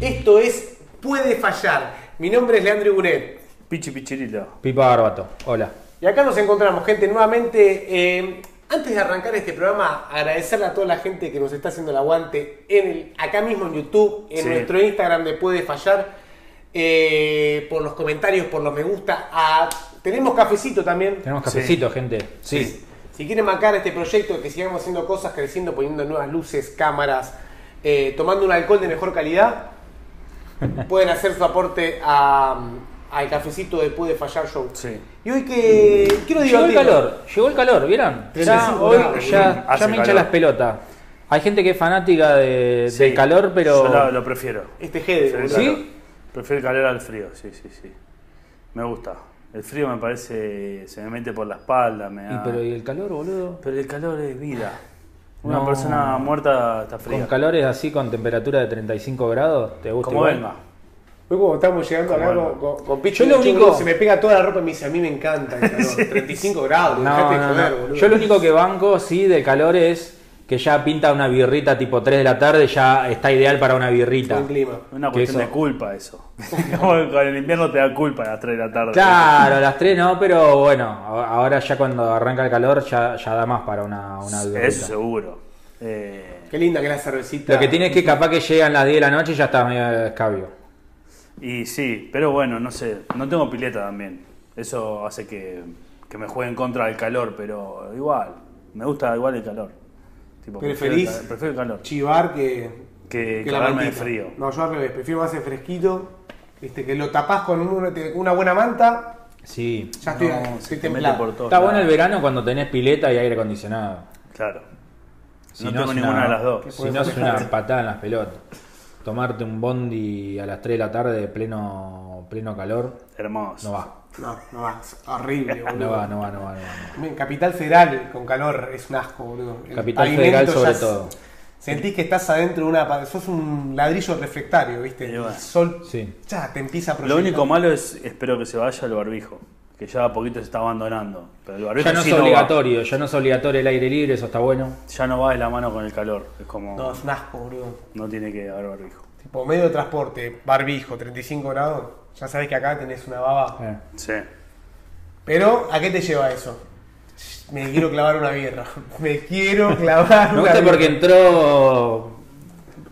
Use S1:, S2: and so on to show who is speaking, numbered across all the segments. S1: Esto es Puede Fallar. Mi nombre es Leandro Buret.
S2: Pichi Pichirilo.
S3: Pipa Barbato, hola.
S1: Y acá nos encontramos, gente, nuevamente. eh, antes de arrancar este programa, agradecerle a toda la gente que nos está haciendo el aguante en el- acá mismo en YouTube, en
S2: Sí.
S1: nuestro Instagram de Puede Fallar, eh, por los comentarios, por los me gusta. Ah, tenemos cafecito también.
S3: Tenemos cafecito, gente.
S1: Sí. Si quieren marcar este proyecto, que sigamos haciendo cosas, creciendo, poniendo nuevas luces, cámaras, eh, tomando un alcohol de mejor calidad, pueden hacer su aporte a- al cafecito de Puede Fallar Show.
S2: Sí.
S1: Y hoy que quiero
S3: Llegó el
S1: divertirnos.
S3: calor, llegó el calor, ¿vieron? Ya
S1: 35
S3: hoy
S1: grados.
S3: ya,
S2: Hace
S3: ya me hincha
S2: calor.
S3: las pelotas. Hay gente que es fanática de,
S2: Sí.
S3: del calor, pero.
S2: Yo
S3: Eh,
S2: lo, lo prefiero.
S1: Este Jede.
S2: Sí,
S3: ¿Sí?
S1: boludo.
S2: claro. Prefiero el calor al frío, sí, sí, sí. Me gusta. El frío me parece. se me mete por la espalda. Me
S3: Y,
S2: da-
S3: pero ¿y el calor, boludo?
S2: Pero el calor es vida. Una
S3: No.
S2: persona muerta está
S3: Con
S2: fría.
S3: calores así, con temperatura de 35 grados, ¿te gusta?
S2: Como
S3: igual?
S2: venga.
S1: Hoy como estamos llegando acá
S2: Bueno.
S1: con, con, con Pichu,
S3: Yo lo
S1: Pichu,
S3: único-
S1: boludo, se me pega toda la ropa y me dice, a mí me encanta el calor. 35 grados,
S3: No,
S1: dejate de
S3: no,
S1: joder,
S3: no.
S1: boludo.
S3: Yo lo único que banco, sí, del calor es que ya pinta una birrita tipo 3 de la tarde, ya está ideal para una birrita.
S1: Buen clima.
S2: Una
S3: Que
S2: cuestión
S3: eso-
S2: de culpa eso. Como que con el invierno te da culpa a las 3 de la tarde.
S3: Claro, a las 3 no, pero bueno, a- ahora ya cuando arranca el calor ya, ya da más para una, una birrita.
S2: Eso seguro. Eh,
S1: Qué linda que la cervecita.
S3: Lo que tiene es que capaz que llegan las 10 de la noche y ya está medio escabio.
S2: y sí, pero bueno, no sé. No tengo pileta también. Eso hace que, que me juegue en contra del calor, pero igual. Me gusta igual el calor. Tipo, prefiero el
S1: ¿Preferís?
S2: cal- Prefiero el calor.
S1: chivar que,
S2: Que cagarme de
S1: mantita.
S2: frío.
S1: No, yo al revés, prefiero más el fresquito, viste, que lo tapás con una, te- una buena manta,
S3: Sí.
S1: ya estoy,
S2: No,
S1: estoy
S2: se te mete
S1: templado.
S2: por todos
S3: Está bueno el
S2: lados.
S3: verano cuando tenés pileta y aire acondicionado.
S2: Claro.
S3: Si
S2: no,
S3: no
S2: tengo
S3: es
S2: ninguna
S3: una-
S2: de las dos.
S3: Si no es una patada en las pelotas. Tomarte un bondi a las 3 de la tarde de pleno, pleno calor,
S2: Hermoso.
S3: no va.
S1: No, no va, es horrible, boludo.
S3: No va, no va, no va. no va.
S1: Men, Capital Federal con calor es un asco, boludo. El
S3: Capital
S1: pavimento
S3: Federal
S1: ya
S3: sobre
S1: es-
S3: todo.
S1: Sentís que estás adentro de una... pa- Sos un ladrillo reflectario, viste.
S2: Y
S1: El
S2: bueno.
S1: sol
S3: Sí.
S1: ya te empieza a
S2: Lo
S1: proyectar.
S2: único malo es, espero que se vaya el barbijo, que ya a poquito se está abandonando. Pero el barbijo
S3: Ya no
S2: sí
S3: es
S2: va.
S3: obligatorio, ya no es obligatorio el aire libre, eso está bueno.
S2: Ya no va de la mano con el calor, es como
S1: No,
S2: no,
S1: es un asco, boludo.
S2: tiene que haber barbijo.
S1: Tipo, medio de transporte, barbijo, 35 grados, ya sabés que acá tenés una baba.
S3: Eh.
S2: Sí.
S1: Pero, ¿a qué te lleva eso? Me quiero clavar una birra. Me quiero clavar
S3: Me
S1: una
S3: gusta
S1: birra.
S3: porque entró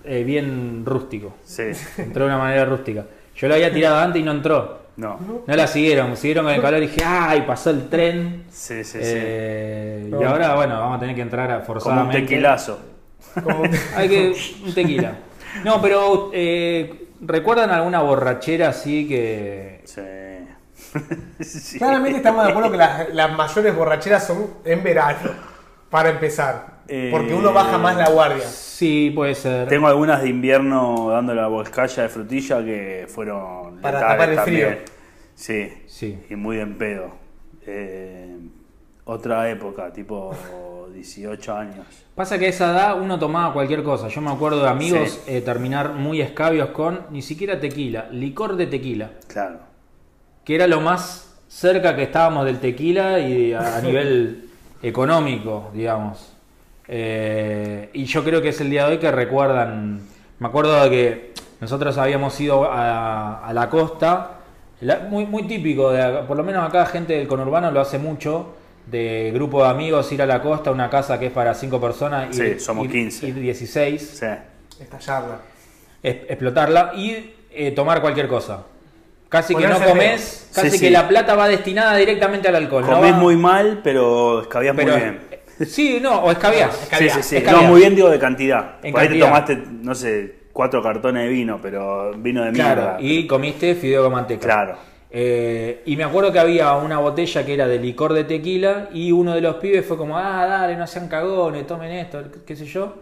S3: eh, bien rústico.
S2: Sí.
S3: Entró de una manera rústica. Yo lo había tirado antes y no entró.
S2: No.
S3: No la siguieron, siguieron con el calor y dije, ¡ay! Pasó el tren.
S2: Sí, sí, sí.
S3: Eh, Y
S1: No.
S3: ahora, bueno, vamos a tener que entrar
S2: como
S3: a
S2: un
S3: forzadamente.
S2: tequilazo.
S1: Como un-
S3: Hay que. Un tequila. No, pero. eh, ¿Recuerdan alguna borrachera así que.
S2: Sí. Sí.
S1: Claramente estamos de acuerdo que las, las mayores borracheras son en verano, para empezar.
S2: Eh,
S1: Porque uno baja más la guardia.
S3: Sí, puede ser.
S2: Tengo algunas de invierno dando la volcalla de frutilla que fueron
S1: Para
S2: letales
S1: tapar el frío.
S2: Sí.
S3: Sí.
S2: Y muy en pedo. Eh, otra época, tipo 18 años.
S3: Pasa que a esa edad uno tomaba cualquier cosa. Yo me acuerdo de amigos
S2: Sí.
S3: eh, terminar muy escabios con ni siquiera tequila, licor de tequila.
S2: Claro.
S3: que era lo más cerca que estábamos del tequila y a, a nivel económico, digamos. Eh, y yo creo que es el día de hoy que recuerdan. Me acuerdo de que nosotros habíamos ido a, a la costa, la- muy, muy típico, de acá, por lo menos acá gente del conurbano lo hace mucho, de grupo de amigos ir a la costa, una casa que es para cinco personas y,
S2: Sí, somos
S3: y-
S2: 15.
S3: y 16
S2: Sí.
S1: Estallarla.
S3: es- explotarla y eh, tomar cualquier cosa. Casi que no
S1: Ponerse
S3: comes,
S2: feo.
S3: casi
S2: Sí,
S3: que
S2: sí.
S3: la plata va destinada directamente al alcohol. no
S2: Comés
S3: Pues va-
S2: muy mal, pero escabías
S3: pero- eh,
S2: muy bien. Ah,
S3: Sí, no, o escabiás.
S2: Sí, sí, sí.
S3: escabiás.
S2: No, muy bien digo de cantidad.
S3: En
S2: Por ahí te
S3: cantidad.
S2: tomaste, no sé, cuatro cartones de vino, pero vino de mierda.
S3: Claro, y comiste fideo con manteca.
S2: Claro.
S3: Eh, y me acuerdo que había una botella que era de licor de tequila y uno de los pibes fue como, ah, dale, no sean cagones, tomen esto, qué sé yo.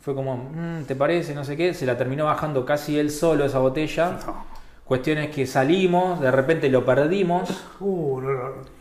S3: Fue como, "Mm, ¿te parece? No sé qué. Se la terminó bajando casi él solo esa botella.
S2: No.
S3: Cuestiones que salimos, de repente lo perdimos.
S1: Uh, no, no.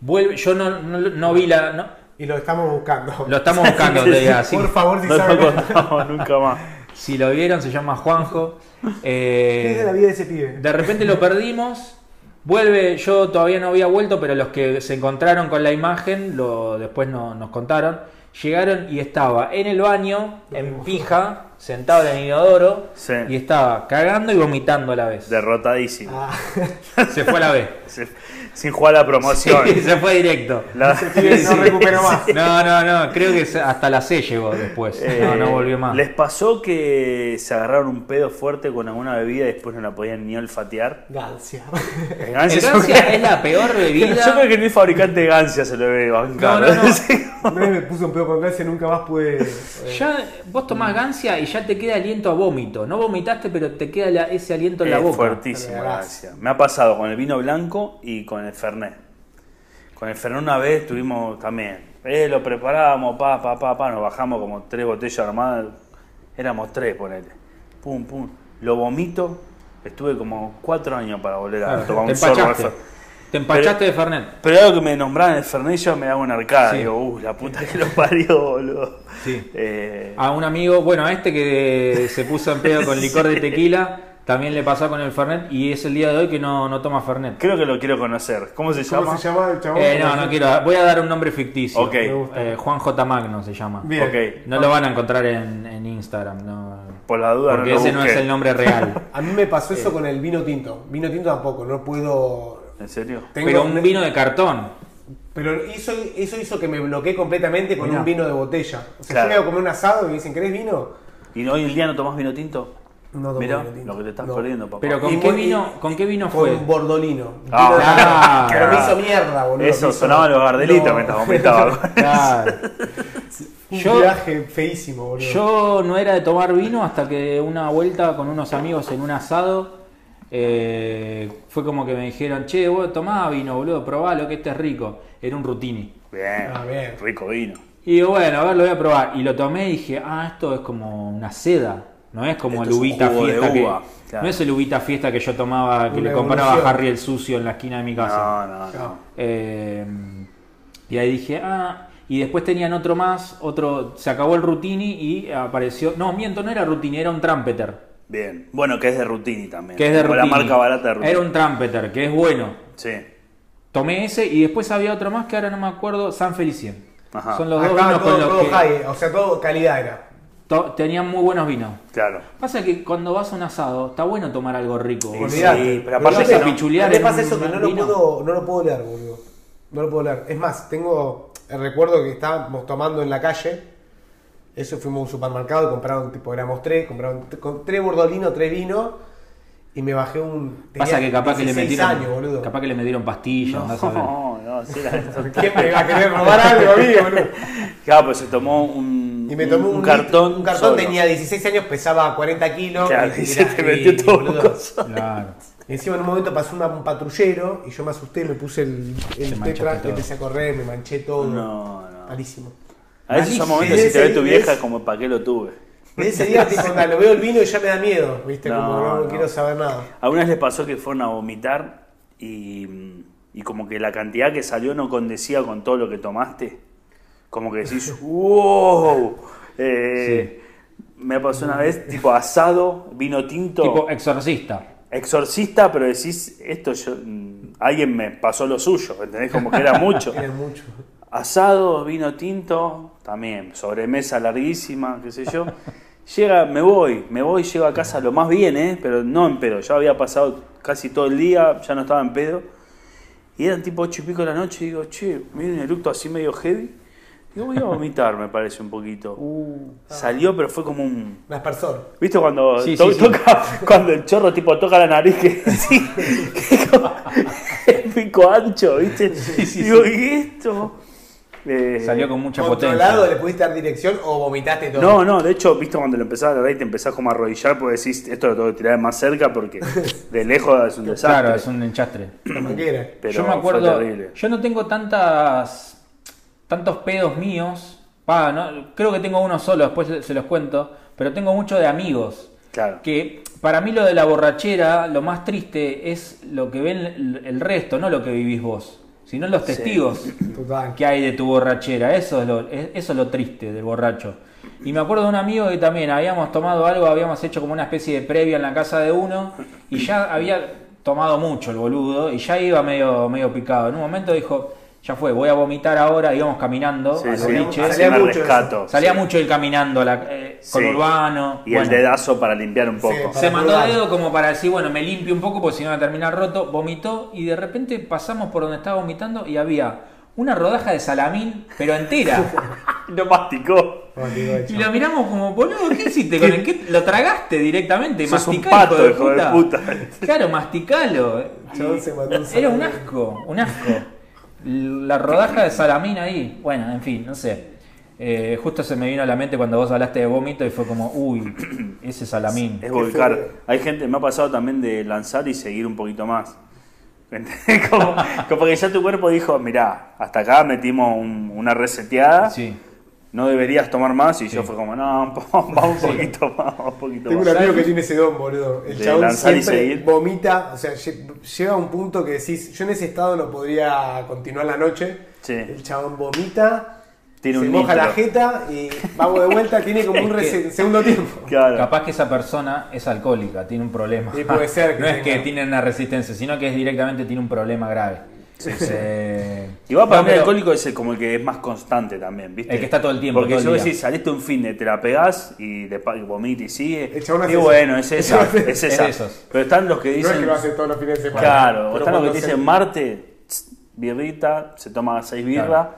S3: Vuelve, yo no, no, no vi la. no-
S1: Y lo estamos buscando.
S3: lo estamos buscando, te digo, así.
S1: Por favor, si
S2: No lo
S1: saben.
S2: contamos nunca más.
S3: Si lo vieron, se llama Juanjo. Eh,
S1: ¿Qué es de la vida de ese pibe?
S3: de repente lo perdimos. Vuelve, yo todavía no había vuelto, pero los que se encontraron con la imagen lo, después no- nos contaron. Llegaron y estaba en el baño, en pija, sentado en el inodoro,
S2: Sí.
S3: y estaba cagando y vomitando a la vez.
S2: Derrotadísimo.
S1: Ah,
S3: Se fue a la vez.
S2: Se- Sin jugar la promoción.
S3: se fue directo.
S2: La-
S1: pibe no recuperó más.
S3: No, no, no, creo que se- hasta la C llegó después.
S2: Eh,
S3: No, no volvió más.
S2: ¿Les pasó que se agarraron un pedo fuerte con alguna bebida y después no la podían ni olfatear?
S1: Gancia.
S2: El
S3: El
S2: gancia
S3: Gancia Eh, es la peor
S2: Ah, Yo creo
S3: bebida.
S2: que ni fabricante de gancia se lo ve bancar.
S3: No, no, no.
S2: Sí.
S1: Una vez me puse un pedo con Gancia, nunca más pude.
S3: Eh, Ya vos tomás Gancia y ya te queda aliento a vómito. No vomitaste, pero te queda la- ese aliento en la
S2: Es
S3: boca.
S2: Eh, fuertísimo
S1: Pero
S2: la
S1: gracias.
S2: ansia. Me ha pasado con el vino blanco y con el fernet. Con el fernet una vez tuvimos también. Eh, lo preparábamos, pa, pa, pa, pa, nos bajamos como tres botellas armadas. Éramos tres, ponele. Pum, pum. Lo vomito. Estuve como cuatro años para volver a
S3: Claro,
S2: tomar
S3: te
S2: un sorbo de
S3: empachaste.
S2: fernet.
S3: Te empachaste de Fernet.
S2: Pero algo que me nombraban el fernet yo me daba una arcada.
S3: Sí.
S2: Digo, uh, la puta que lo parió, boludo.
S3: Sí.
S2: Eh,
S3: A un amigo, bueno, a este que se puso en pedo con licor de tequila, también le pasó con el Fernet y es el día de hoy que no, no toma Fernet.
S2: creo que lo quiero conocer. ¿Cómo se
S1: ¿Cómo
S2: llama?
S1: se llamaba el chabón?
S3: Eh, no, no quiero, voy a dar un nombre ficticio.
S2: Ok. Me
S1: gusta.
S3: Eh, Juan J. Magno se llama.
S1: Bien.
S2: Ok.
S3: No lo van a encontrar en, en Instagram, no.
S2: Por la duda
S3: Porque
S2: no lo
S3: ese no es
S2: busqué.
S3: el nombre real.
S1: A mí me pasó
S2: Eh.
S1: eso con el vino tinto. Vino tinto tampoco, no puedo.
S2: ¿En serio?
S1: Tengo-
S3: Pero un vino de cartón.
S1: Pero eso, eso hizo que me bloqueé completamente con
S3: Mirá.
S1: un vino de botella. O sea,
S2: Claro.
S1: yo me iba a comer un asado y me dicen, ¿querés vino?
S2: ¿Y hoy en día no tomás vino tinto?
S1: No tomo
S2: Mirá
S1: vino tinto.
S2: lo que te estás
S1: No.
S2: perdiendo, papá.
S3: Pero con
S1: Y
S3: qué
S1: muy-
S3: vino, con qué vino fue.
S1: Con bordolino.
S2: Ah,
S1: Vino de-
S3: ah,
S1: pero me
S2: claro.
S1: hizo mierda, boludo.
S2: Eso,
S1: me hizo-
S2: sonaban los gardelitos
S1: No.
S2: mientras vomitaba.
S3: Claro.
S1: Un
S3: Yo-
S1: viaje feísimo, boludo.
S3: Yo no era de tomar vino hasta que una vuelta con unos amigos en un asado eh, fue como que me dijeron, che, vos tomá vino, boludo, probalo, que este es rico. Era un rutini.
S2: bien,
S1: Ah, bien.
S2: rico vino.
S3: Y digo, bueno, a ver, lo voy a probar. Y lo tomé y dije, ah, esto es como una seda. No es como
S2: Esto
S3: el
S2: es un
S3: uvita
S2: jugo de
S3: fiesta que.
S2: uva, claro.
S3: No es el uvita fiesta que yo tomaba, que
S1: Una
S3: le compraba a
S1: evolución.
S3: Harry el sucio en la esquina de mi
S2: No,
S3: casa.
S2: no, no.
S1: No.
S3: Eh, y ahí dije, ah, y después tenían otro más, otro, se acabó el Rutini y apareció, no, miento, no era Rutini, era un Trumpeter,
S2: Bien. Bueno, que es de Rutini también.
S3: que es de
S2: Como
S3: Rutini.
S2: la marca barata de Rutini.
S3: Era un Trumpeter, que es bueno.
S2: Sí.
S3: Tomé ese y después había otro más que ahora no me acuerdo, San Felicien.
S2: Ajá.
S3: Son los dos
S1: Acá
S3: vinos
S1: todo,
S3: con los
S1: todo
S3: que
S1: high, o sea, todo calidad era.
S3: to- tenían muy buenos vinos.
S2: Claro.
S3: Pasa que cuando vas a un asado, está bueno tomar algo rico.
S2: Sí,
S3: boludo.
S2: sí.
S1: Olvidate.
S2: pero aparte
S1: no
S3: es que
S1: sé,
S3: no.
S1: ¿no te pasa
S3: en
S1: eso que
S3: un
S1: no lo,
S3: vino?
S1: puedo, no lo puedo leer, boludo. No lo puedo leer. Es más, tengo el recuerdo que estábamos tomando en la calle. Eso fuimos a un supermercado y compraron, tipo, éramos tres, compraron t- con tres bordolinos, tres vinos. Y me bajé un. tenía
S3: Pasa que capaz que le
S1: 16
S3: metieron,
S1: años, boludo.
S3: capaz que le metieron pastillas, andás a ver.
S2: No, no, sí, la
S1: ¿Quién me va a querer robar algo a mí, boludo?
S2: Claro, pues se tomó un,
S1: Y me tomó un, litro-
S2: cartón.
S1: Un cartón
S2: solo.
S1: tenía 16 años, pesaba 40 kilos.
S2: Claro,
S1: y
S2: y se
S1: era
S2: te metió
S1: heavy,
S2: todo
S1: boludo.
S2: un coso.
S3: Claro.
S1: Encima en un momento pasó una- un patrullero y yo me asusté, me puse el, el
S3: manchaste
S1: tetra,
S3: todo.
S1: empecé a correr, me manché todo.
S2: No, no.
S1: Malísimo.
S2: A veces
S3: Malísimo.
S2: son momentos si te ve tu
S1: Es-
S2: vieja como para qué lo tuve.
S1: De ese día, tipo, onda, lo veo el vino y ya me da miedo, ¿viste?
S2: No,
S1: Como no,
S2: no.
S1: quiero saber nada.
S2: Algunas les pasó que fueron a vomitar y, y como que la cantidad que salió no condecía con todo lo que tomaste. Como que decís, wow. Eh, Me pasó una vez, tipo asado, vino tinto,
S3: Tipo eh. exorcista.
S2: exorcista, pero decís, esto yo, mm, alguien me pasó lo suyo, ¿entendés? Como que era mucho.
S1: Era mucho.
S2: Asado, vino tinto, también, sobremesa larguísima, qué sé yo. Llega, me voy, me voy, llego a casa lo más bien, ¿eh? pero no en pedo. Ya había pasado casi todo el día, ya no estaba en pedo. Y eran tipo ocho y pico de la noche, y digo, che, me viene un eructo así medio heavy. Digo, voy a vomitar, me parece un poquito. Salió, pero fue como un.
S1: Una aspersor.
S2: ¿Viste cuando,
S3: Sí,
S2: to-
S3: sí, sí.
S2: toca, cuando el chorro tipo toca la nariz que, sí, que como- el pico ancho, viste? Digo, ¿y esto? Eh,
S3: Salió con mucha
S1: ¿Controlado
S3: potencia.
S1: le pudiste dar dirección o vomitaste todo?
S2: No, no, de hecho, viste cuando lo empezás a agarrar y te empezás como a arrodillar porque decís, esto lo tengo que tirar de más cerca porque de lejos es un desastre.
S3: Claro, es un enchastre.
S1: La manguera.
S2: Pero
S3: yo me
S2: fue
S3: acuerdo,
S2: terrible.
S3: yo no tengo tantas tantos pedos míos. Pa, no, creo que tengo uno solo, después se- se los cuento, pero tengo mucho de amigos.
S2: Claro.
S3: Que para mí lo de la borrachera, lo más triste es lo que ven el- el resto, no lo que vivís vos, sino los testigos.
S1: Total.
S3: que hay de tu borrachera. Eso es lo, es- eso es lo triste del borracho. Y me acuerdo de un amigo que también habíamos tomado algo, habíamos hecho como una especie de previa en la casa de uno y ya había tomado mucho el boludo y ya iba medio, medio picado. En un momento dijo, ya fue, voy a vomitar ahora, íbamos caminando
S2: Sí,
S3: al
S2: sí,
S3: boliche.
S1: Salía
S2: así me
S1: mucho
S2: rescato.
S3: Salía
S2: sí.
S3: mucho el caminando, la, eh,
S2: Sí.
S3: con Urbano.
S2: Y el
S3: bueno.
S2: dedazo para limpiar un poco.
S1: Sí.
S3: Se mandó
S1: Para
S3: dedo como para decir, bueno, me limpio un poco porque si no va a terminar roto. Vomitó y de repente pasamos por donde estaba vomitando y había una rodaja de salamín, pero entera.
S2: No masticó.
S3: y la miramos como, boludo, ¿qué hiciste con el qué? Lo tragaste directamente,
S2: Sos un
S3: masticá,
S2: pato, hijo de puta.
S3: Claro, masticalo.
S1: Chabón se mató un
S3: Era
S1: salamín.
S3: un asco, un asco. La rodaja de salamín ahí, bueno, en fin, no sé. Eh, justo se me vino a la mente cuando vos hablaste de vómito y fue como, uy, ese salamín.
S2: Es volcar.
S1: feo.
S2: Hay gente, me ha pasado también de lanzar y seguir un poquito más. ¿Entendés? como, como que ya tu cuerpo dijo, mirá, hasta acá metimos un- una reseteada,
S3: Sí.
S2: no deberías tomar más. Y yo
S3: Sí.
S2: fue como, no, vamos un poquito más, un poquito
S1: Tengo un
S2: más.
S1: amigo que tiene ese don, boludo. El
S2: De
S1: chabón
S2: lanzar y
S1: siempre
S2: seguir.
S1: vomita, o sea, lle- llega a un punto que decís, yo en ese estado no podría continuar la noche.
S2: Sí.
S1: El chabón vomita,
S2: Tiene
S1: se
S2: un
S1: moja
S2: nitro.
S1: la jeta y vamos de vuelta, tiene como un
S3: Es que-
S1: rese- segundo tiempo.
S2: Claro.
S3: Capaz que esa persona es alcohólica, tiene un problema.
S1: Sí, puede ser que
S3: no es que
S1: tenga.
S3: tiene una resistencia, sino que es directamente tiene un problema grave. Eh,
S2: Igual para
S3: no,
S2: mí el
S3: pero
S2: alcohólico es el, como el que es más constante también, ¿viste?
S3: El que está todo el tiempo,
S2: Porque
S3: todo el
S2: yo
S3: día.
S2: decís, saliste un fin de, te la pegás y le pa- y vomita y sigue.
S1: El chabón hace
S2: y
S1: eso.
S2: bueno, es
S1: El chabón
S2: esa,
S1: hace-
S2: es
S3: es
S2: esa.
S3: de esos.
S2: Pero están los que
S1: No
S2: dicen.
S1: es que lo hace todos los fines de semana.
S2: claro,
S1: pero
S2: o están los
S1: cuando
S2: que te
S1: se-
S2: dicen Marte, tss, birrita, se toma seis birras,
S3: Claro.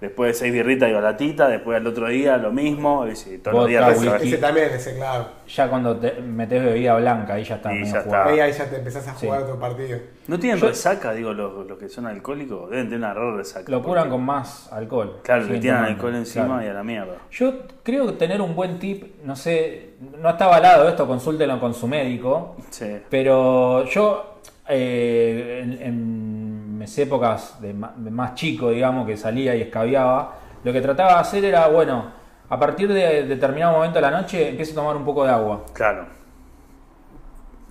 S2: después de seis birritas y balatita, después al otro día lo mismo, y sí, todos los
S3: Vodka,
S2: días
S3: whisky.
S2: otra vez.
S1: Ese también, ese claro.
S3: ya cuando te metes bebida blanca, ahí ya está
S2: Y
S3: medio
S2: ya está.
S3: jugado.
S1: Ahí, ahí ya te empezás a
S3: Sí.
S1: jugar otro partido.
S2: ¿No tienen resaca, digo, los, los que son alcohólicos? Deben tener una rara resaca.
S3: Lo curan
S2: porque-
S3: con más alcohol.
S2: Claro, le
S3: Siguen
S2: tiran
S3: tomando,
S2: alcohol encima
S3: claro.
S2: y a la mierda.
S3: Yo creo que tener un buen tip, no sé, no está avalado esto, consúltenlo con su médico.
S2: Sí.
S3: Pero yo, eh, en, en mis épocas de ma- de más chico, digamos, que salía y escabiaba, lo que trataba de hacer era, bueno, a partir de determinado momento de la noche empiezo a tomar un poco de agua.
S2: Claro.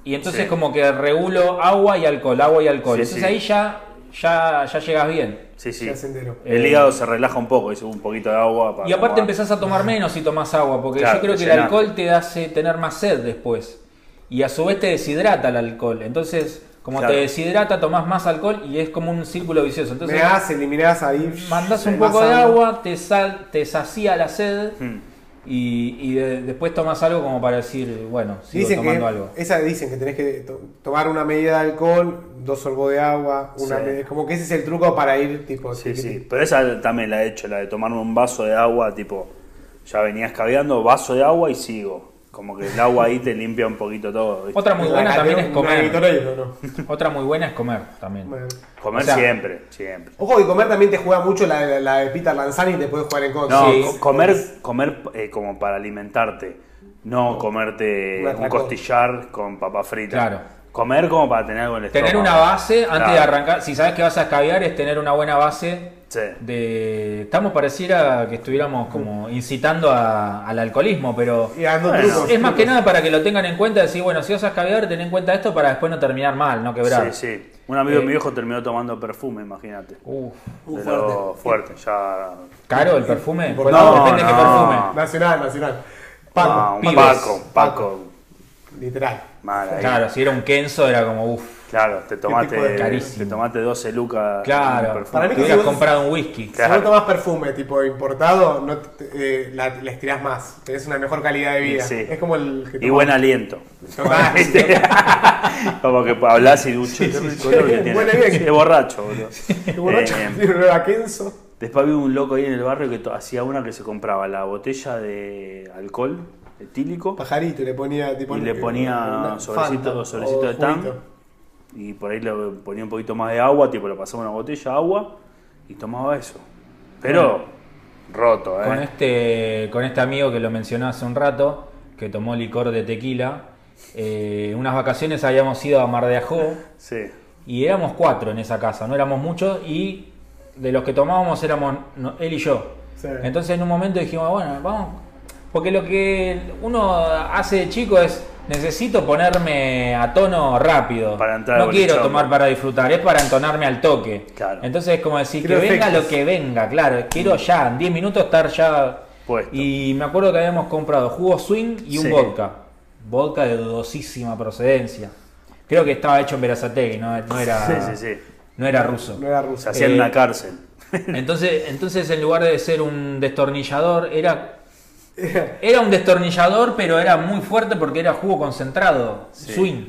S3: Y entonces
S2: Sí.
S3: como que regulo agua y alcohol, agua y alcohol.
S2: Sí,
S3: entonces
S2: sí.
S3: ahí ya, ya, ya llegas bien.
S2: Sí, sí.
S1: Ya se enteró.
S2: El
S3: Eh,
S2: hígado se relaja un poco, hizo un poquito de agua. Para
S3: Y aparte
S2: acomodar.
S3: empezás a tomar menos si tomás agua, porque
S2: Claro,
S3: yo creo
S2: te
S3: que el
S2: llenás.
S3: alcohol te hace tener más sed después. Y a su vez te deshidrata el alcohol. Entonces, como
S2: Claro.
S3: te deshidrata, tomás más alcohol y es como un círculo vicioso. Entonces,
S1: Me hace, eliminás ahí.
S3: mandás un
S1: más
S3: poco de agua, te, sal, te sacía la sed
S2: Hmm.
S3: y, y de- después tomás algo como para decir, bueno, sigo
S1: Dicen que,
S3: tomando algo.
S1: esa dicen que tenés que to- tomar una medida de alcohol, dos sorbos de agua, una
S2: Sí.
S1: me- como que ese es el truco para ir tipo
S2: Sí,
S1: tiqui-
S2: sí. Pero esa también la he hecho, la de tomarme un vaso de agua, tipo, ya venías caviando, vaso de agua y sigo. Como que el agua ahí te limpia un poquito todo. ¿viste?
S3: Otra muy
S1: La
S3: buena
S1: Gatorade-
S3: también es
S1: una
S3: comer.
S1: Gatorade, ¿o no?
S3: Otra muy buena es comer también.
S1: Bueno.
S2: Comer
S3: O sea-
S2: siempre, siempre.
S1: Ojo que comer también te juega mucho la, la- la de Peter Lanzani y te puede jugar en contra.
S2: No,
S3: Sí.
S2: co- comer, comer eh, como para alimentarte. No comerte
S1: Un
S2: un
S1: atracón.
S2: costillar con papa frita.
S3: Claro.
S2: Comer como para tener algo en el
S3: Tener
S2: estómago.
S3: una base antes de
S2: Claro.
S3: arrancar, si sabes que vas a escabiar, es tener una buena base
S2: Sí.
S3: de... Estamos pareciera que estuviéramos como incitando a- al alcoholismo, pero
S1: Y dando
S2: Bueno,
S1: trucos.
S3: es más que
S1: trucos.
S3: nada para que lo tengan en cuenta, decir, bueno, si vas a escabiar, ten en cuenta esto para después no terminar mal, no quebrar.
S2: Sí, sí. Un amigo de
S3: Eh.
S2: mi viejo terminó tomando perfume, imagínate.
S3: Uf.
S1: Uh,
S2: Pero fuerte, ya.
S3: ¿Caro el perfume?
S1: Por-
S3: No,
S1: no,
S3: depende qué
S2: no.
S3: perfume.
S1: Nacional, nacional. Paco,
S2: Ah, un
S3: pibes.
S2: Paco, Paco.
S1: literal.
S2: Mal ahí.
S3: Claro, si era un Kenzo era como, uff.
S2: Claro,
S1: tipo
S2: te
S1: de-
S2: tomaste,
S3: Carísimo.
S2: te tomaste 12 lucas. en
S3: Claro,
S2: perfume.
S1: Para mí que
S3: te
S1: si
S3: hubieras
S1: vos-
S3: comprado un whisky.
S2: Claro.
S1: Si no tomás perfume tipo importado, no te- eh, la, les tirás más. Tenés una mejor calidad de vida.
S2: Sí.
S1: Es como el que
S2: Y buen aliento.
S1: Total.
S2: ¿Viste? Como que hablas y ducho. qué rico olor que tiene.
S1: Buen aliento.
S2: Qué borracho, boludo.
S1: tomás. borracho,
S2: Eh,
S1: tiene olor a Kenzo.
S2: Después había un loco ahí en el barrio que to- hacía una que se compraba la botella de alcohol etílico
S1: Pajarito, y le ponía tipo.
S2: y le ponía
S1: una
S2: sobrecito,
S1: Fanta
S2: sobrecito
S1: o
S2: de tan.
S1: juguito.
S2: Y por ahí le ponía un poquito más de agua, tipo le pasaba una botella de agua y tomaba eso. Pero roto, ¿eh?
S3: Con este, con este amigo que lo mencionó hace un rato, que tomó licor de tequila, eh, unas vacaciones habíamos ido a Mar de Ajó
S2: Sí.
S3: y éramos cuatro en esa casa, no éramos muchos y de los que tomábamos éramos no- él y yo.
S1: Sí.
S3: Entonces en un momento dijimos, bueno, vamos, porque lo que uno hace de chico es necesito ponerme a tono rápido.
S2: Para entrar
S3: no
S2: al
S3: quiero
S2: bolichón.
S3: tomar para disfrutar, es para entonarme al toque.
S2: Claro. Mm.
S3: Entonces es como decir,
S1: Quiero
S3: que venga
S1: efectos.
S3: lo que venga, claro, quiero ya, en 10 minutos estar ya
S2: Puesto.
S3: y me acuerdo que habíamos comprado jugo swing y un
S2: Sí.
S3: vodka. Vodka de dudosísima procedencia.
S1: Ah.
S3: Creo que estaba hecho en Verazategui, no, no era,
S2: Sí, sí, sí.
S3: no era ruso.
S1: No era
S2: Se
S1: rusa.
S2: hacía en
S3: Eh,
S2: una cárcel.
S3: Entonces, entonces en lugar de ser un destornillador, era. Era un destornillador, pero era muy fuerte porque era jugo concentrado,
S2: Sí.
S3: swing.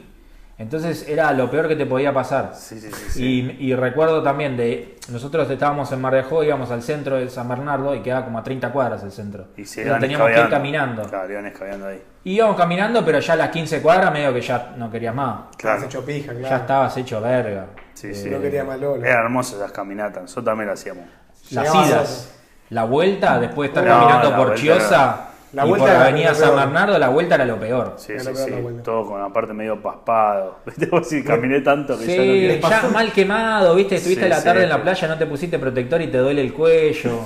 S3: Entonces era lo peor que te podía pasar.
S2: Sí, sí, sí, sí.
S3: Y, y recuerdo también de. Nosotros estábamos en Mar de Ajó, íbamos al centro de San Bernardo y quedaba como a 30 cuadras el centro.
S2: Y se
S3: Entonces
S2: iban
S3: teníamos que ir
S2: escabeando.
S3: caminando.
S2: Claro, iban escabeando ahí.
S3: Íbamos caminando, pero ya a las 15 cuadras medio que ya no querías más.
S1: Has
S2: Claro.
S1: hecho pija, claro.
S3: Ya estabas hecho verga.
S2: Sí, sí.
S1: No quería más Lola.
S2: Eran hermosas esas caminatas. Nosotros también las hacíamos.
S3: Las
S1: Llegabas
S3: idas. La vuelta, después de estar
S2: No,
S3: caminando
S2: la
S3: por
S2: vuelta
S3: Chiosa
S1: La
S3: y
S1: vuelta
S3: por
S1: era lo
S3: Avenida San
S1: peor.
S3: Bernardo, la vuelta era lo peor.
S2: Sí,
S1: Era
S2: sí,
S1: lo peor,
S2: sí.
S1: la abuela.
S2: Todo con la parte medio paspado. Viste, vos sí, caminé tanto que ya no
S3: Sí,
S2: quiero.
S1: pasó?
S3: ya mal quemado, viste, estuviste
S2: Sí,
S3: la
S2: sí.
S3: tarde en la playa, no te pusiste protector y te duele el cuello.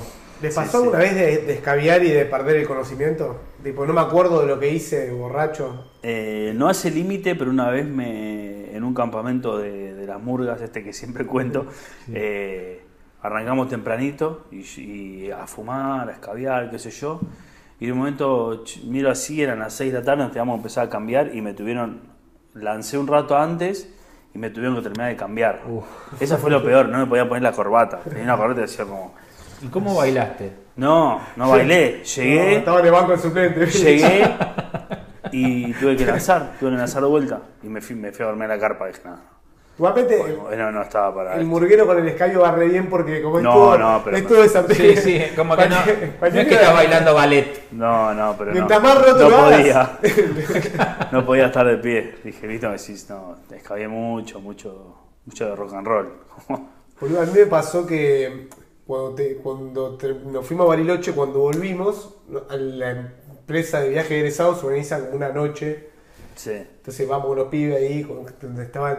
S1: ¿Les
S2: Sí,
S1: pasó
S2: sí.
S1: una vez de, de escabiar y de perder el conocimiento? Tipo, no me acuerdo de lo que hice, borracho.
S2: Eh, no hace límite, pero una vez me en un campamento de, de las murgas, este que siempre cuento, eh, arrancamos tempranito y, y a fumar, a escabiar, qué sé yo. Y de un momento ch- miro así, eran las 6 de la tarde, nos teníamos que empezar a cambiar y me tuvieron, lancé un rato antes y me tuvieron que terminar de cambiar. Esa fue lo peor, no me podía poner la corbata. Tenía una corbata y decía como,
S3: ¿Y cómo bailaste?
S2: no, no bailé,
S1: No,
S2: llegué.
S1: estaba en el banco el suplente.
S2: Llegué y tuve que lanzar, tuve que lanzar de vuelta. Y me fui, me fui a dormir a la carpa, dije nada.
S1: Igualmente,
S2: Bueno, no estaba para
S1: el
S2: esto.
S1: murguero con el escabio va re bien porque como
S2: No,
S1: estuvo,
S2: no, pero-
S1: estuvo esa
S3: Sí, sí, como que no, no es que estás bailando ballet.
S2: No, no, pero
S1: Mientras
S2: no.
S1: más roto
S2: no
S1: lo
S2: podía.
S1: hagas.
S2: no podía estar de pie. Dije, viste, me decís, no, te escabé mucho, mucho, mucho de rock and roll.
S1: Boludo, a mí me pasó que cuando, te- cuando te- nos fuimos a Bariloche, cuando volvimos, a la empresa de viaje de egresados organiza como una noche.
S2: sí.
S1: Entonces vamos con los pibes ahí, con- donde estaban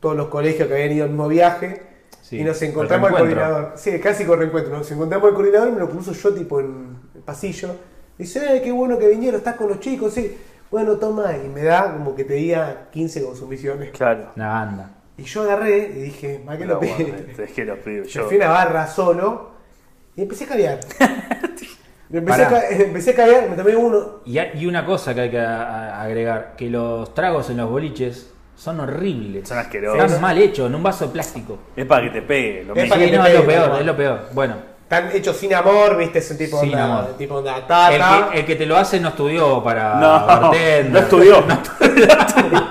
S1: todos los colegios que habían ido al mismo viaje.
S3: Sí,
S1: y nos
S3: el
S1: encontramos al
S3: reencuentro.
S1: coordinador. Sí, casi con reencuentro. Nos encontramos al coordinador y me lo cruzo yo tipo en el pasillo. Dice, eh, qué bueno que vinieron, estás con los chicos, sí. Bueno, toma, y me da como que te diga 15 consumiciones.
S2: Claro.
S3: Una banda.
S1: Y yo agarré y dije, ¿para qué
S2: No,
S1: lo
S2: bueno,
S1: pedí?
S2: es que los pibes,
S1: Me
S2: yo.
S1: fui a una barra solo y empecé a caviar. Me empecé, a,
S3: Pará.
S1: ca- empecé a caviar, me tomé uno.
S3: Y, hay- y una cosa que hay que a- a- agregar, que los tragos en los boliches son horribles.
S2: Son asquerosos.
S3: Están mal hechos, en un vaso de plástico.
S2: Es para que te pegue, lo
S1: Es para
S2: mismo.
S3: Sí,
S1: que te
S3: no, es lo
S1: pegue,
S3: peor,
S1: nomás.
S3: es lo peor. Bueno,
S1: Están hechos sin amor, viste, es un tipo
S3: Sin
S1: onda,
S3: amor.
S1: tipo onda,
S3: el
S1: tata.
S3: que, el que te lo hace no estudió para
S1: Ah,
S2: No,
S3: bartender.
S2: no estudió. No estudió.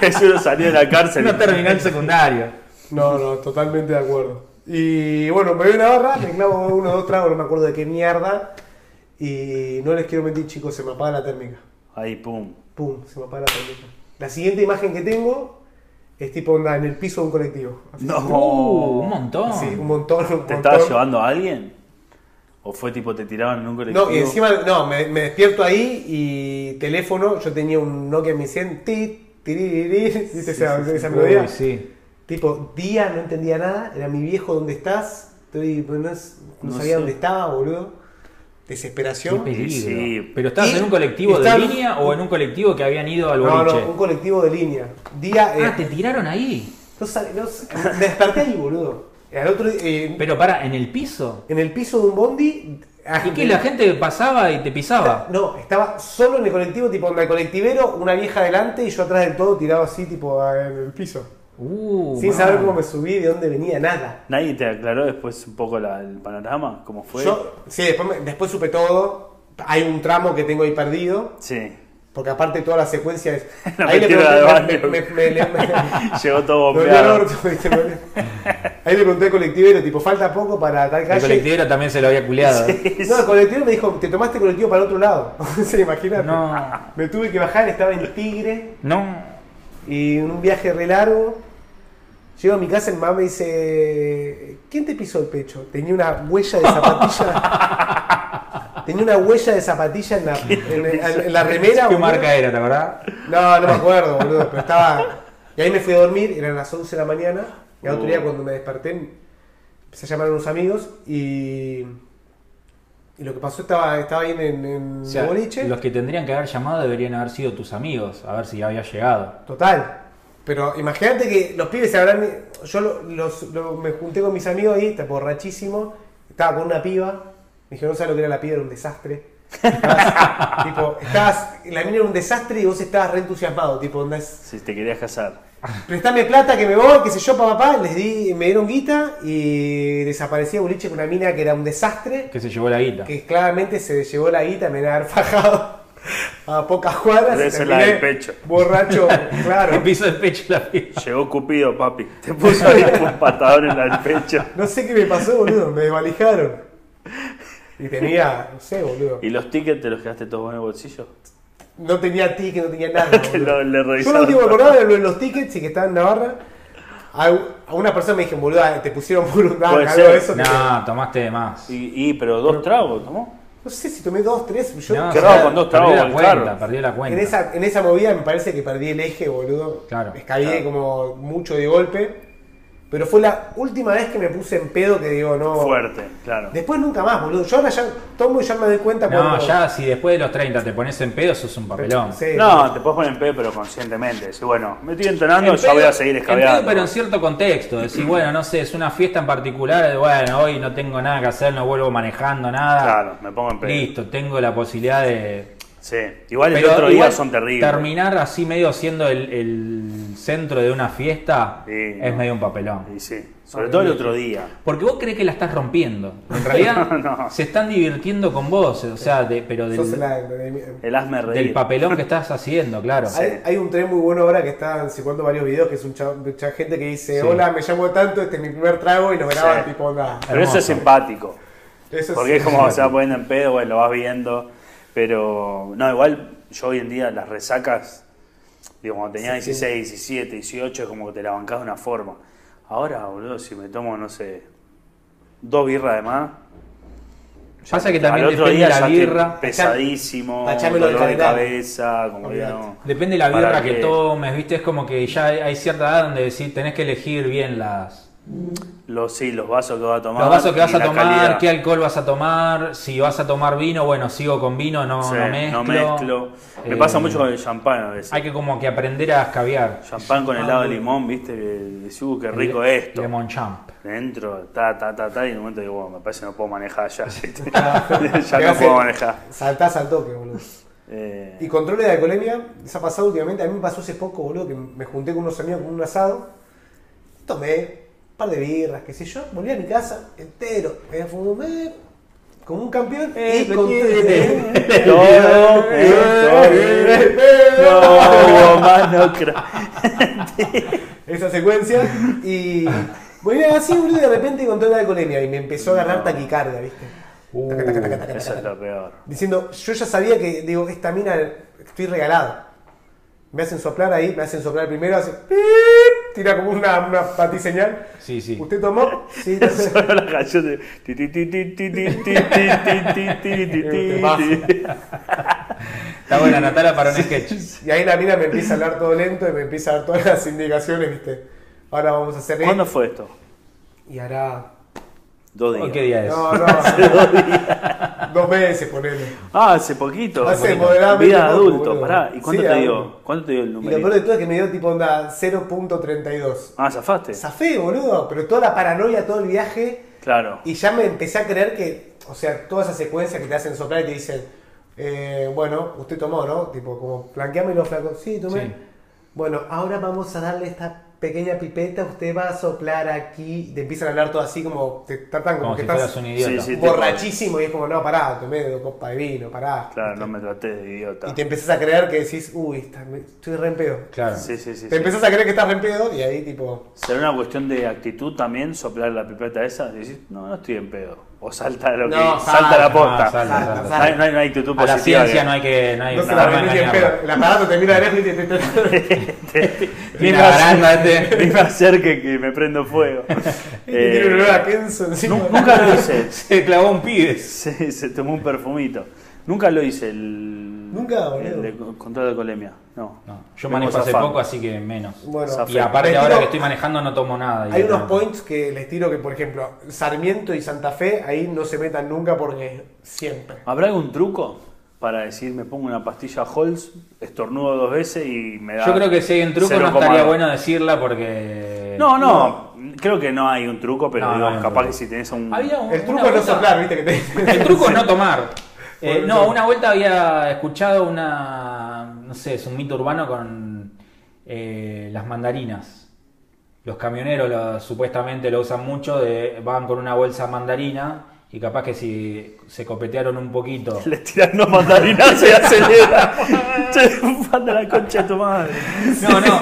S2: Eso no salió de la cárcel.
S3: No terminó el secundario.
S1: No, no, totalmente de acuerdo. Y bueno, me voy a una barra, me clavo uno o dos tragos, no me acuerdo de qué mierda. Y no les quiero mentir, chicos, se me apaga la térmica.
S2: Ahí, pum.
S1: Pum, se me apaga la térmica. La siguiente imagen que tengo es tipo onda en el piso de un colectivo. Así,
S2: No.
S3: Uh, un montón.
S1: sí, un montón, un
S2: ¿Te
S1: montón.
S2: estaba llevando a alguien? ¿O fue tipo te tiraban en un colectivo?
S1: No, y encima, no, me, me despierto ahí y teléfono, yo tenía un Nokia Mi 100, tit, tiriririr, ¿viste esa, esa melodía?
S3: Uy, sí.
S1: Tipo, día, no entendía nada, era mi viejo, ¿dónde estás? Estoy, pues, no, es- no
S2: No
S1: sabía
S2: sé.
S1: dónde estaba, boludo.
S3: Qué
S1: Desesperación.
S3: peligro.
S2: sí.
S3: Pero estabas
S1: Y
S3: en un colectivo
S1: están-
S3: de línea o en un colectivo que habían ido al
S1: No,
S3: boliche.
S1: no, un colectivo de línea. Día, eh,
S3: Ah, te tiraron ahí.
S1: no sabe- no sé, me desperté ahí, boludo. Al otro, eh,
S3: Pero para, en el piso.
S1: en el piso de un bondi.
S3: ¿Y qué? La gente pasaba y te pisaba.
S1: No, estaba solo en el colectivo, tipo en el colectivero, una vieja adelante y yo atrás del todo tirado así, tipo en el piso.
S3: Uh,
S1: Sin
S3: man.
S1: saber cómo me subí, de dónde venía, nada.
S2: ¿Nadie te aclaró después un poco la- el panorama? ¿Cómo fue?
S1: Yo, sí, después, me- después supe todo. Hay un tramo que tengo ahí perdido,
S2: Sí.
S1: porque aparte toda la secuencia es.
S2: La
S1: ahí le
S2: metieron al
S1: pregunté.
S2: baño.
S1: me- me- me- le- me-
S2: Llegó todo
S1: me olvidé el
S2: bombeado.
S1: orto, ¿viste? Me olvidé. Ahí le pregunté al colectivero, tipo, falta poco para tal
S3: El
S1: calle.
S3: colectivero también se lo había culeado.
S1: No, el colectivero me dijo, te tomaste el colectivo para el otro lado. Se imagínate.
S3: No.
S1: Me tuve que bajar, estaba en Tigre.
S3: No.
S1: y en un viaje re largo. Llego a mi casa y mi mamá me dice, ¿quién te pisó el pecho? Tenía una huella de zapatilla. tenía una huella de zapatilla en la, en- en- en la remera.
S3: ¿Qué
S1: boludo.
S3: marca era, la verdad?
S1: No, no me acuerdo, boludo, pero estaba... Y ahí me fui a dormir, eran las 11 de la mañana, y al otro
S3: Oh.
S1: día
S2: Uh.
S1: cuando me desperté empecé a llamar a unos amigos y... Y lo que pasó estaba, estaba ahí en, en- en
S3: O sea,
S1: boliche.
S3: los que tendrían que haber llamado deberían haber sido tus amigos, a ver si había llegado.
S1: Total. Pero imagínate que los pibes se habrán. Yo lo- los, lo- me junté con mis amigos ahí, estaba borrachísimo. Estaba con una piba. Me dijeron, no sabes lo que era la piba, era un desastre. Estás, tipo, estás, la mina era un desastre y vos estabas re entusiasmado, tipo, andás,
S2: Si te querías casar.
S1: prestame plata que me voy, que sé yo, papá, papá, les di, me dieron guita y desaparecía boliche con una mina que era un desastre,
S3: Que se llevó la guita.
S1: que claramente se llevó la guita, me la haber fajado a pocas cuadras.
S2: Debe
S1: y
S2: ser la
S1: terminé
S2: del pecho.
S1: Borracho,
S3: Me
S1: claro.
S3: piso el pecho la piba.
S2: Llegó Cupido, papi. Te puso ahí un patadón en el pecho.
S1: No sé qué me pasó, boludo, me desvalijaron. Y tenía, no sé, boludo.
S2: ¿Y los tickets te los quedaste todos vos en el bolsillo?
S1: No tenía ticket, no tenía nada.
S2: Te
S1: boludo.
S2: lo- le
S1: Yo lo
S2: revisaron
S1: último que
S2: todo.
S1: acordaba era lo de los tickets y que estaban en Navarra. A, a una persona me dijeron, boludo, ah, te pusieron por un
S2: Puede
S1: algo de
S2: ser.
S1: eso. te-
S3: No, tomaste de más.
S2: Y, y, pero dos tragos, ¿no?
S1: No sé si tomé dos, tres. Yo,
S3: No,
S2: Qué
S1: o
S3: se
S1: sea,
S2: raro, con dos
S3: perdió
S2: tragos
S3: la
S2: al
S3: cuenta,
S2: carro.
S3: perdió la
S1: en,
S3: cuenta.
S1: esa, en esa movida me parece que perdí el eje, boludo.
S3: Claro.
S1: Escabillé como mucho de golpe. Pero fue la última vez que me puse en pedo que digo, no.
S2: Fuerte, claro.
S1: Después nunca más, boludo. Yo ahora ya tomo y ya me doy cuenta
S3: No,
S1: cuando-
S3: ya si después de los 30 te pones en pedo, sos un papelón.
S1: Sí.
S2: No, te puedes poner en pedo, pero conscientemente. Decís, bueno, me estoy entonando, Ah,
S3: En
S2: ya voy
S3: pedo-
S2: a seguir
S3: en pedo,
S2: escabeando.
S3: pero en cierto contexto. Decir, bueno, no sé, es una fiesta en particular. Bueno, hoy no tengo nada que hacer, no vuelvo manejando nada.
S2: Claro, me pongo en pedo.
S3: Listo, tengo la posibilidad de.
S2: Sí. Igual el
S3: Pero
S2: otro día
S3: igual
S2: son terribles.
S3: Terminar así medio siendo el, el centro de una fiesta
S2: Sí,
S3: es
S2: no.
S3: medio un papelón.
S2: Y sí.
S3: Ah,
S2: Sobre todo el otro día.
S3: Porque vos crees que la estás rompiendo. En realidad
S2: no.
S3: se están divirtiendo con vos, o sea, de- pero
S1: Sos
S3: del,
S1: la-
S2: El hazme
S3: del
S2: reír.
S3: papelón que estás haciendo, claro.
S1: Hay, hay un tren muy bueno ahora que está circulando varios videos, que es un cha- mucha gente que dice,
S3: Sí.
S1: hola, me llamo tanto, este es mi primer trago y nos graban
S2: Sí.
S1: tipo onda.
S2: Pero eso es
S3: Hermoso.
S2: simpático.
S1: Eso
S2: Porque es como se va poniendo en pedo, bueno, lo vas viendo. Pero, no, igual yo hoy en día las resacas, digo, cuando tenía 16, 17, 18, es como que te la bancás de una forma. Ahora, boludo, si me tomo, no sé, dos birras de más.
S3: Pasa que
S2: al
S3: también
S2: otro
S3: depende
S2: día
S3: de la
S2: ya estoy
S3: birra.
S2: Pesadísimo,
S1: Tachámelo del
S2: dolor de
S1: calendario.
S2: cabeza, como que no.
S3: Depende de la
S2: ¿Para
S3: birra que
S2: qué?
S3: tomes, viste, es como que ya hay hay cierta edad donde decís, tenés que elegir bien las,
S2: Los, sí, los vasos que vas a tomar.
S3: los vasos que
S2: y
S3: vas a
S2: la
S3: tomar,
S2: calidad.
S3: qué alcohol vas a tomar, si vas a tomar vino, bueno, sigo con vino, no,
S2: Sí,
S3: no mezclo.
S2: Me
S3: Eh,
S2: pasa mucho con el champán a veces.
S3: Hay que como que aprender a escabiar.
S2: Champán
S1: Ah,
S2: con helado de limón, viste, que decís, "Uh, qué rico
S3: Le-
S2: esto.
S3: Lemon champ.
S2: Dentro, ta, ta, ta, ta, y en un momento digo, bueno, me parece que no puedo manejar ya. Este, ya
S1: Te
S2: no
S1: hace-
S2: puedo manejar.
S1: Saltás al toque, boludo.
S2: Eh,
S1: Y controles de alcoholemia, les ha pasado últimamente, a mí me pasó hace poco, boludo, que me junté con unos amigos con un asado, tomé un par de birras, qué sé yo, volví a mi casa entero, me fumé como un campeón
S2: Eh,
S1: y con-
S2: todo, eh, todo. No, más no creo.
S1: esa secuencia y volví así, boludo, y de repente control de alcoholemia y me empezó a agarrar taquicardia, ¿viste?
S3: Uh,
S1: Taca, taca, taca, taca, taca,
S2: Eso es lo peor.
S1: diciendo, yo ya sabía que, digo, esta mina, estoy regalado. Me hacen soplar ahí, me hacen soplar primero, hace pip, tira como una, una patiseñal.
S3: Sí, sí.
S1: ¿Usted tomó? Sí,
S2: Solo la canción de. ti, ti, ti, ti, ti, ti, ti, ti, ti, ti,
S1: Te
S2: ti, ti, ti.
S3: Está buena Natalia para un sketch.
S1: Y ahí la mina me empieza a hablar todo lento y me empieza a dar todas las indicaciones, viste. Ahora vamos a hacer esto.
S2: ¿Cuándo fue esto?
S1: Y hará.
S2: Dos
S3: Hoy,
S2: días.
S3: ¿Qué día es?
S1: No, no. dos meses, ponele.
S2: Ah, hace poquito.
S1: Hace
S2: Bonito.
S1: moderadamente
S2: Vida de
S1: poco,
S2: adulto,
S1: boludo.
S2: pará. ¿Y cuánto
S1: Sí,
S2: te
S1: adulto.
S2: dio? ¿Cuánto te dio el
S1: Y lo peor
S2: número?
S1: de todo es que me dio tipo onda 0.32.
S2: Ah, zafaste.
S1: Zafé, boludo, pero toda la paranoia, todo el viaje.
S2: Claro.
S1: Y ya me empecé a creer que, o sea, toda esa secuencia que te hacen soplar y te dicen, eh, bueno, usted tomó, ¿no? Tipo, como planqueame los flacos. Sí, tomé.
S3: Sí.
S1: Bueno, ahora vamos a darle esta pequeña pipeta, usted va a soplar aquí. Te empiezan a hablar todo así como, te tratan como,
S3: Como
S1: que
S3: si
S1: estás
S3: fueras un idiota.
S2: Sí, sí.
S1: borrachísimo y es como, no, pará, tomé dos copas de vino, pará.
S2: Claro, no me traté de idiota.
S1: Y te empezás a creer que decís, uy, está- me- estoy re en pedo.
S3: Claro.
S2: Sí, sí, sí.
S1: te
S2: sí.
S1: empezás a creer que estás re en pedo y ahí tipo...
S2: ¿Será una cuestión de actitud también soplar la pipeta esa? Y decís, no, no estoy en pedo. O salta lo que.
S1: No,
S2: salta,
S1: salta,
S2: la posta.
S3: no, Ah, salta,
S1: salta,
S2: No
S1: salta.
S2: hay- No, hay, una actitud
S3: A la
S2: positiva.
S3: ciencia
S2: que-
S3: no hay que. No hay
S1: No se
S3: no
S1: la
S3: hay
S1: remite en
S3: mañana.
S1: pedo. El aparato te mira de lejos y te- te- te-
S3: Ni
S2: me
S3: la
S2: acer-
S3: baranda, este.
S2: ni me acerque que me prendo fuego.
S1: Y tiene un olor a
S2: Eh,
S1: Kenzo encima.
S2: nu- nunca lo hice.
S3: Se clavó un pibe.
S2: Se, se tomó un perfumito. Nunca lo hice el.
S1: Nunca, boludo.
S2: el de co- control de alcoholemia. No.
S3: No, yo
S2: Vengo
S3: manejo hace
S2: zafando.
S3: poco, así que menos.
S1: Bueno,
S3: y
S2: Zafé.
S3: aparte
S1: les
S3: ahora
S1: tiro-
S3: que estoy manejando no tomo nada.
S1: Hay unos
S3: directamente.
S1: points que les tiro que, por ejemplo, Sarmiento y Santa Fe, ahí no se metan nunca porque siempre.
S2: ¿Habrá algún truco para decir me pongo una pastilla Holz, estornudo dos veces y me da.
S3: Yo creo que si hay un truco no
S2: 0,2?
S3: estaría bueno decirla porque...
S2: No, no, creo que no hay un truco, pero
S3: No,
S2: digo,
S3: no hay un
S2: capaz
S3: truco.
S2: que si tenés un.
S3: Había un-
S1: El truco
S3: una
S1: es no
S3: cosa-
S1: soplar, viste que te
S3: El truco es no tomar. Eh, no, una vuelta había escuchado una, no sé, es un mito urbano con eh, las mandarinas. Los camioneros lo- supuestamente lo usan mucho, de- van con una bolsa mandarina y capaz que si se copetearon un poquito.
S2: Le tiran los mandarinazo y acelera. Che, manda la concha de tu madre.
S3: No, no,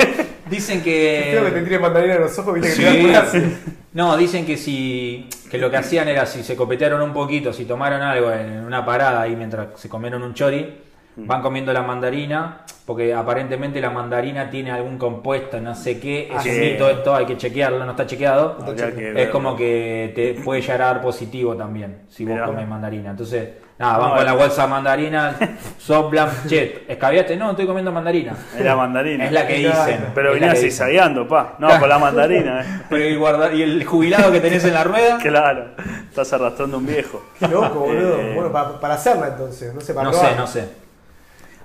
S3: dicen que...
S1: Creo que tendría mandarina en los ojos, viste que te
S3: Sí.
S1: dan clase.
S3: No, dicen que si que lo que hacían era si se copetearon un poquito, si tomaron algo en una parada ahí mientras se comieron un chori, van comiendo la mandarina, porque aparentemente la mandarina tiene algún compuesto, no sé qué, es
S2: Ah,
S3: un
S2: sí.
S3: mito esto, hay que chequearlo, no está chequeado.
S2: Habría que
S3: es
S2: ver.
S3: como que te puede llegar a dar positivo también si
S2: Mirá.
S3: vos comes mandarina. Entonces, nada, van
S2: No,
S3: con
S2: eh.
S3: la bolsa de mandarina, soplan, che, escabiaste, no, estoy comiendo mandarina.
S2: Es la mandarina.
S3: Es la que
S1: Claro.
S3: dicen.
S2: Pero
S3: es la
S2: venía
S3: que dicen.
S2: zigzagueando, pa. No, con la mandarina, eh.
S3: Pero el guarda- y el jubilado que tenés en la rueda.
S2: Claro, estás arrastrando un viejo.
S1: Qué loco, boludo.
S2: Eh,
S1: Bueno, pa- para, hacerla entonces, no sé, para
S3: No
S1: probar.
S3: sé, no sé.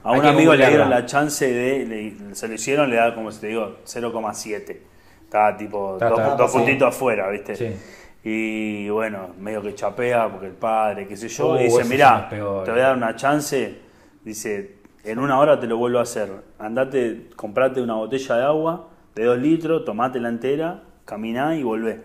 S2: A un
S3: Hay que
S2: amigo le
S3: googlearla.
S2: dieron la chance de. le- se lo hicieron, le da, como si te digo, 0,7. Estaba tipo
S3: Ta,
S2: dos,
S3: ta,
S2: dos
S1: sí.
S2: puntitos afuera, ¿viste?
S3: Sí.
S2: Y bueno, medio que chapea porque el padre, qué sé yo.
S3: Uh,
S2: y dice:
S3: esos son
S2: Mirá,
S3: los
S2: te
S3: peores".
S2: voy a dar una chance. Dice: En una hora te lo vuelvo a hacer. Andate, comprate una botella de agua de dos litros, tomátela entera, caminá y volvé.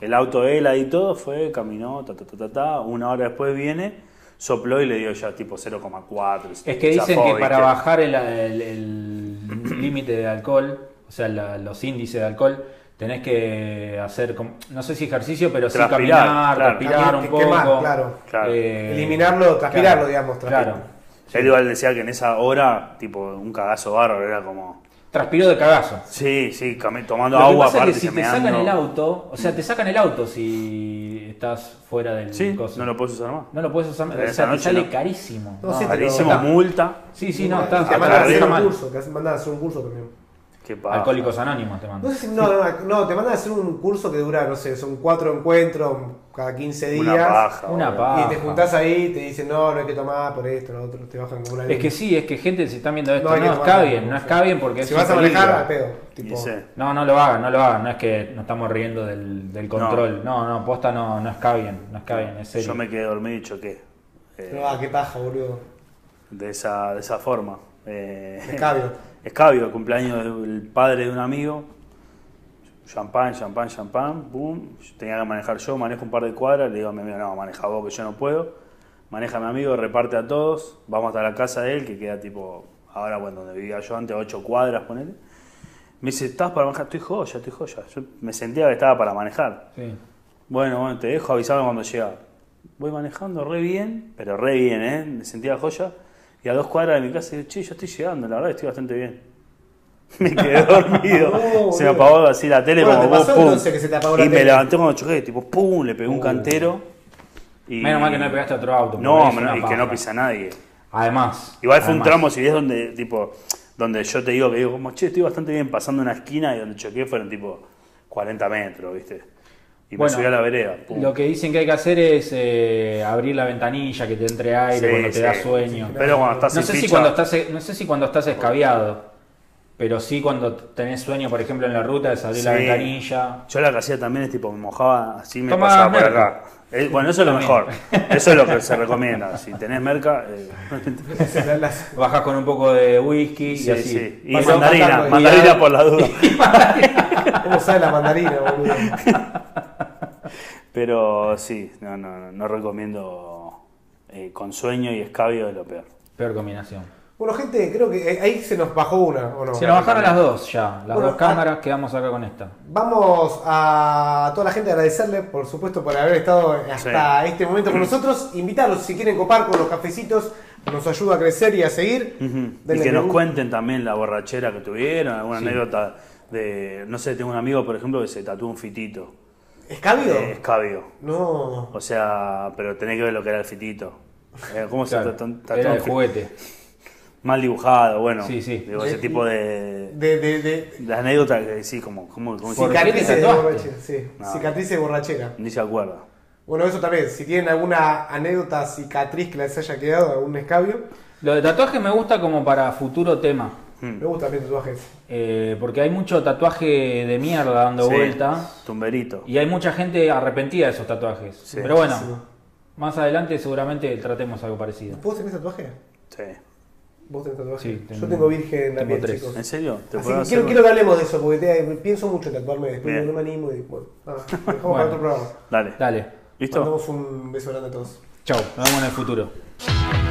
S2: El auto de él ahí todo fue, caminó, ta, ta, ta, ta, ta. Una hora después viene, sopló y le dio ya tipo 0,4.
S3: Es que dicen
S2: chafó,
S3: que para
S2: ¿viste?
S3: bajar el- el el límite de alcohol, o sea, la- los índices de alcohol, tenés que hacer, com- no sé si ejercicio, pero sí
S2: Transpirar,
S3: caminar,
S2: claro.
S3: respirar un
S1: También que- quemar,
S3: poco. Eh,
S1: claro.
S2: Claro.
S1: Eliminarlo, transpirarlo,
S3: claro,
S1: digamos, transpirarlo.
S3: Claro.
S2: Él igual decía que en esa hora, tipo, un cagazo bárbaro, era como.
S3: Transpiró de cagazo.
S2: Sí, sí, cami-
S3: Lo
S2: tomando
S3: que
S2: agua,
S3: pasa
S2: aparte
S3: es que si te
S2: meando.
S3: sacan el auto, o sea, te sacan el auto si estás fuera del
S2: Sí,
S3: coso.
S2: no lo puedes usar más.
S3: No lo puedes usar,
S2: Pero
S3: o
S2: esa
S3: sea, te
S2: noche
S3: sale
S2: no.
S3: carísimo.
S1: No, sí,
S3: No,
S1: te
S2: Ahora
S1: lo-
S2: hicimos multa.
S3: Sí, sí, no,
S1: te
S3: está,
S1: mandan a
S3: está
S1: hacer un
S3: mal.
S1: curso, te mandan a hacer un curso también.
S2: Qué paja.
S3: Alcohólicos Anónimos te mandan.
S1: No, sé si- no, no, no, te mandan a hacer un curso que dura, no sé, son cuatro encuentros cada 15 días.
S2: Una paja.
S3: Una
S2: boludo.
S3: paja.
S1: Y te juntás ahí y te dicen, no, no hay que tomar por esto, lo otro, te bajan como una
S3: Es que sí, es que gente se está viendo esto,
S1: No
S3: no,
S1: hay que
S3: está
S1: tomarlo.
S3: bien, no está bien porque es
S1: Si
S3: un
S1: vas a
S3: peligro.
S1: manejar, al pedo.
S2: Y
S1: Tipo,
S2: sé.
S3: No, no lo hagan, no lo hagan, no es que nos estamos riendo del, del control. No. no, posta no, no está bien, no está bien, es serio.
S2: Yo me quedé dormido y choqué. Eh,
S1: no, ah, qué paja, boludo.
S2: de, esa, de esa forma. Eh,
S1: Escabio.
S2: Escabio, el cumpleaños del padre de un amigo. Champán, champán, champán, boom. Yo Tenía que manejar yo, manejo un par de cuadras. Le digo a mi amigo, no, maneja vos que yo no puedo. Maneja mi amigo, reparte a todos. Vamos hasta la casa de él, que queda tipo, ahora bueno, donde vivía yo antes, ocho cuadras, ponele. Me dice, ¿estás para manejar? Estoy joya, estoy joya. Yo me sentía que estaba para manejar.
S3: Sí.
S2: Bueno, bueno, te dejo avisarme cuando llega. Voy manejando re bien, pero re bien, ¿eh? Me sentía joya. Y a dos cuadras de mi casa digo, che, yo estoy llegando, la verdad estoy bastante bien. Me quedé dormido.
S1: No,
S2: se me
S1: boludo.
S2: apagó así la tele
S1: Bueno,
S2: como
S1: ¿te
S2: vos,
S1: pasó
S2: pum.
S1: entonces que se te apagó la
S2: y me
S1: tele?
S2: levanté cuando choqué, tipo, pum, le pegué un
S3: Uh.
S2: cantero. Y...
S3: Menos mal que no le pegaste a otro auto. porque
S2: No,
S3: es una
S2: y que
S3: paja.
S2: no pisa a nadie.
S3: Además.
S2: Igual fue un
S3: además.
S2: tramo, si ves donde, tipo, donde yo te digo que digo, como, che, estoy bastante bien pasando una esquina y donde choqué fueron tipo 40 metros, ¿viste? Y
S3: Bueno,
S2: me subí a la vereda. pum.
S3: Lo que dicen que hay que hacer es eh, abrir la ventanilla, que te entre aire
S2: Sí,
S3: cuando te
S2: sí.
S3: da sueño.
S2: Pero cuando estás
S3: No
S2: sin
S3: sé, si
S2: ficha,
S3: cuando estás, e-, no sé si cuando estás escabiado, pero sí cuando tenés sueño, por ejemplo, en la ruta, es abrir la
S2: Sí.
S3: ventanilla.
S2: Yo la que hacía también es tipo, me mojaba, así me
S3: Tomá
S2: pasaba por
S3: merca.
S2: acá. Eh, bueno, eso es lo mejor. Eso es lo que se recomienda. Si tenés merca, eh,
S1: La- las-
S3: Bajas con un poco de whisky
S2: sí,
S3: y así.
S2: sí. Y
S1: Pasamos
S2: mandarina,
S1: matando, y
S2: mandarina por la duda.
S1: ¿Cómo sabe la mandarina, boludo?
S2: Pero sí, no, no, no, no recomiendo eh, con sueño y escabio es lo peor.
S3: Peor combinación.
S1: Bueno, gente, creo que eh, ahí se nos bajó una, ¿o no?
S3: Se nos bajaron las dos ya, las
S1: Bueno,
S3: dos cámaras, quedamos acá con esta.
S1: Vamos a toda la gente a agradecerle, por supuesto, por haber estado hasta este momento con nosotros. Invitarlos, si quieren copar con los cafecitos, nos ayuda a crecer y a seguir.
S2: Y
S1: Denle
S2: que
S1: me
S2: nos
S1: gusta.
S2: cuenten también la borrachera que tuvieron, alguna anécdota de, no sé, tengo un amigo, por ejemplo, que se tatuó un fitito.
S1: ¿Escabio?
S2: Eh, escabio.
S1: No.
S2: O sea, pero tenés que ver lo que era el fitito. Eh, ¿Cómo
S3: Claro,
S2: se tatu- tatuó
S3: era
S2: un
S3: de
S2: fi-
S3: juguete.
S2: Mal dibujado, bueno.
S3: Sí, sí.
S2: Digo, ese tipo de,
S1: De, de, de
S2: de anécdota que decís, como, como, como
S3: ¿Por
S2: si-
S3: qué te
S1: cicatrices de
S3: tatuaste?
S1: borrachera. Sí,
S2: No.
S1: cicatrices de borrachera.
S2: ni se acuerda.
S1: Bueno, eso también. Si tienen alguna anécdota, cicatriz que les haya quedado, algún escabio,
S3: Lo de tatuaje me gusta como para futuro tema.
S2: Hmm.
S1: me gustan bien tatuajes.
S3: eh, porque hay mucho tatuaje de mierda dando
S2: Sí,
S3: vuelta.
S2: Tumberito.
S3: Y hay mucha gente arrepentida de esos tatuajes.
S2: Sí.
S3: Pero bueno,
S1: Muchísimo.
S3: Más adelante seguramente tratemos algo parecido.
S1: ¿Vos tenés tatuaje?
S2: Sí.
S1: ¿Vos tenés tatuaje?
S3: Sí, tengo-
S1: Yo tengo virgen en la
S3: tengo
S1: piel,
S3: tres.
S1: chicos.
S2: ¿En serio? ¿Te
S1: Así
S2: puedo
S1: que
S2: hacer
S1: quiero, quiero que hablemos de eso, porque te- eh, pienso mucho en tatuarme después,
S2: Bien.
S1: no me animo y bueno, nada, lo dejamos para
S3: Bueno.
S1: otro programa.
S2: Dale.
S3: Dale,
S2: ¿Listo?
S1: Mandamos un beso grande a todos.
S3: chau, nos vemos en el futuro.
S4: Thank